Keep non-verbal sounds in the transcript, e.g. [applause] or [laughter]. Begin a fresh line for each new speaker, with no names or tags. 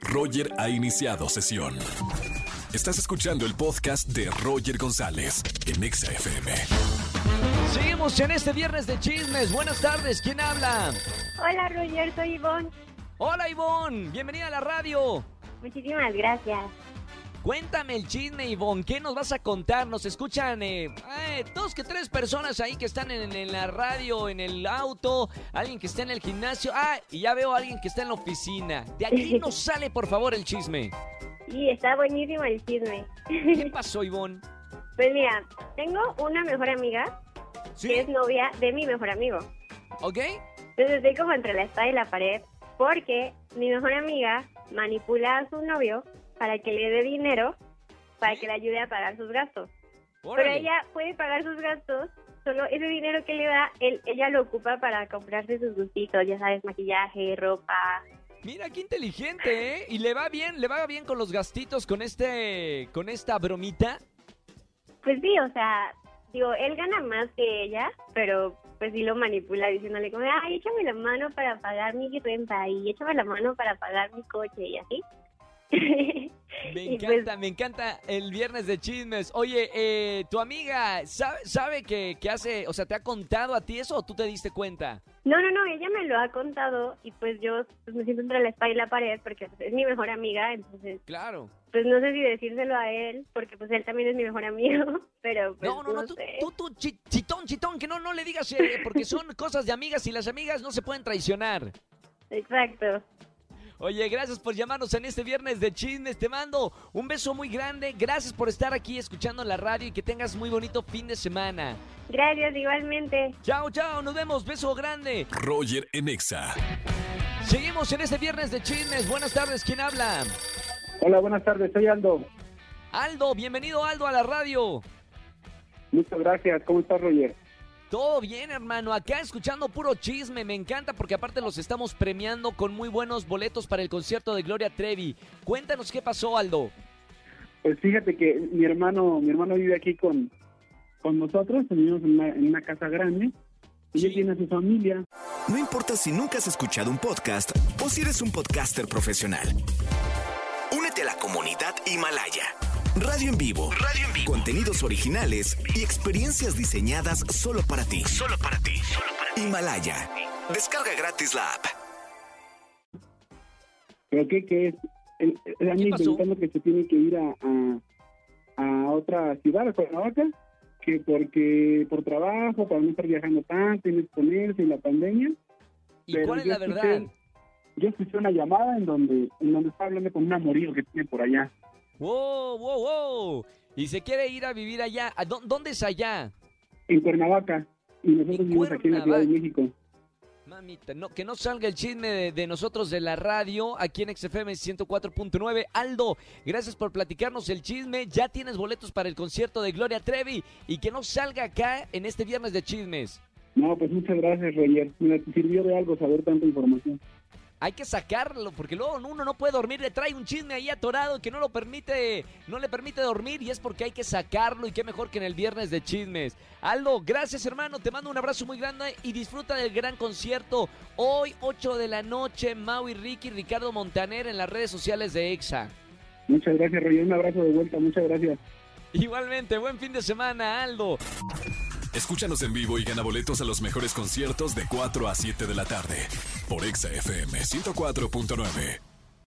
Roger ha iniciado sesión. Estás escuchando el podcast de Roger González en Exa FM.
Seguimos en este viernes de chismes. Buenas tardes, ¿quién habla?
Hola Roger, soy Ivonne.
Hola Ivonne, bienvenida a la radio.
Muchísimas gracias.
Cuéntame el chisme, Ivonne. ¿Qué nos vas a contar? Nos escuchan eh, eh, dos que tres personas ahí que están en, en la radio, en el auto, alguien que está en el gimnasio. Ah, y ya veo a alguien que está en la oficina. De
[laughs]
aquí nos sale, por favor, el chisme.
Sí, está buenísimo el chisme.
¿Qué pasó, Ivonne?
Pues mira, tengo una mejor amiga que es novia de mi mejor amigo.
¿Ok?
Entonces estoy como entre la espada y la pared porque mi mejor amiga manipula a su novio para que le dé dinero para que le ayude a pagar sus gastos. Pero
Órale.
ella puede pagar sus gastos, solo ese dinero que le da, él, ella lo ocupa para comprarse sus gustitos, ya sabes, maquillaje, ropa.
Mira qué inteligente, ¿eh? Y le va bien, le va bien con los gastitos, con este, con esta bromita.
Pues sí, o sea, digo, él gana más que ella, pero pues sí lo manipula diciéndole como, ay, échame la mano para pagar mi renta y échame la mano para pagar mi coche y así. [laughs]
Me
Y pues-
encanta, me encanta el viernes de chismes. Oye, eh, tu amiga sabe, sabe que, que hace, o sea, ¿te ha contado a ti eso o tú te diste cuenta?
No, no, no, ella me lo ha contado y pues yo pues, me siento entre la espalda y la pared porque pues, es mi mejor amiga, entonces
Claro.
pues no sé si decírselo a él porque pues él también es mi mejor amigo, [laughs] pero pues
no, no, no, tú,
sé.
tú, tú, chi- chitón, chitón, que no, no le digas, eh, porque
[laughs]
son cosas de amigas y las amigas no se pueden traicionar.
Exacto.
Oye, gracias por llamarnos en este viernes de chismes. Te mando un beso muy grande. Gracias por estar aquí escuchando la radio y que tengas muy bonito fin de semana.
Gracias igualmente.
Chao, chao, nos vemos. Beso grande.
Roger en Exa.
Seguimos en este viernes de chismes. Buenas tardes, ¿quién habla?
Hola, buenas tardes, soy Aldo.
Aldo, bienvenido Aldo a la radio.
Muchas gracias, ¿cómo estás, Roger?
Todo bien, hermano. Acá escuchando puro chisme. Me encanta porque aparte los estamos premiando con muy buenos boletos para el concierto de Gloria Trevi. Cuéntanos qué pasó, Aldo.
Pues fíjate que mi hermano, mi hermano vive aquí con, con nosotros, vivimos en una, en una casa grande, y
Sí.
él tiene a su familia.
No importa si nunca has escuchado un podcast o si eres un podcaster profesional. Únete a la comunidad Himalaya. Radio en vivo. Radio en vivo. Contenidos originales y experiencias diseñadas solo para ti. Solo para ti. Solo para ti. Himalaya. Descarga gratis la app.
Pero ¿qué, qué es? Él, él anda
pasó?
inventando que se tiene que ir a, a, a otra ciudad, a Cuernavaca, que porque por trabajo, para no estar viajando tanto, y no exponerse y la pandemia.
¿Y
Pero
cuál es
yo
la
escuché-
verdad?
Yo escuché una llamada en donde, en donde estaba hablando con un amorío que tiene por allá.
Wow, wow, wow. Y se quiere ir a vivir allá. ¿A dó- ¿Dónde es allá?
en Cuernavaca y nosotros
En
vivimos aquí en la Ciudad de México.
Mamita, no, que no salga el chisme de, de nosotros de la radio aquí en XFM 104.9. Aldo, gracias por platicarnos el chisme. Ya tienes boletos para el concierto de Gloria Trevi y que no salga acá en este viernes de chismes.
No, pues muchas gracias, Roger. Mira, te sirvió de algo saber tanta información.
Hay que sacarlo porque luego uno no puede dormir, le trae un chisme ahí atorado que no lo permite, no le permite dormir y es porque hay que sacarlo y qué mejor que en el viernes de chismes. Aldo, gracias hermano, te mando un abrazo muy grande y disfruta del gran concierto hoy 8 de la noche, Mau y Ricky, Ricardo Montaner en las redes sociales de EXA.
Muchas gracias, Roger. Un abrazo de vuelta. Muchas gracias.
Igualmente, buen fin de semana, Aldo.
Escúchanos en vivo y gana boletos a los mejores conciertos de 4 a 7 de la tarde por Exa FM 104.9.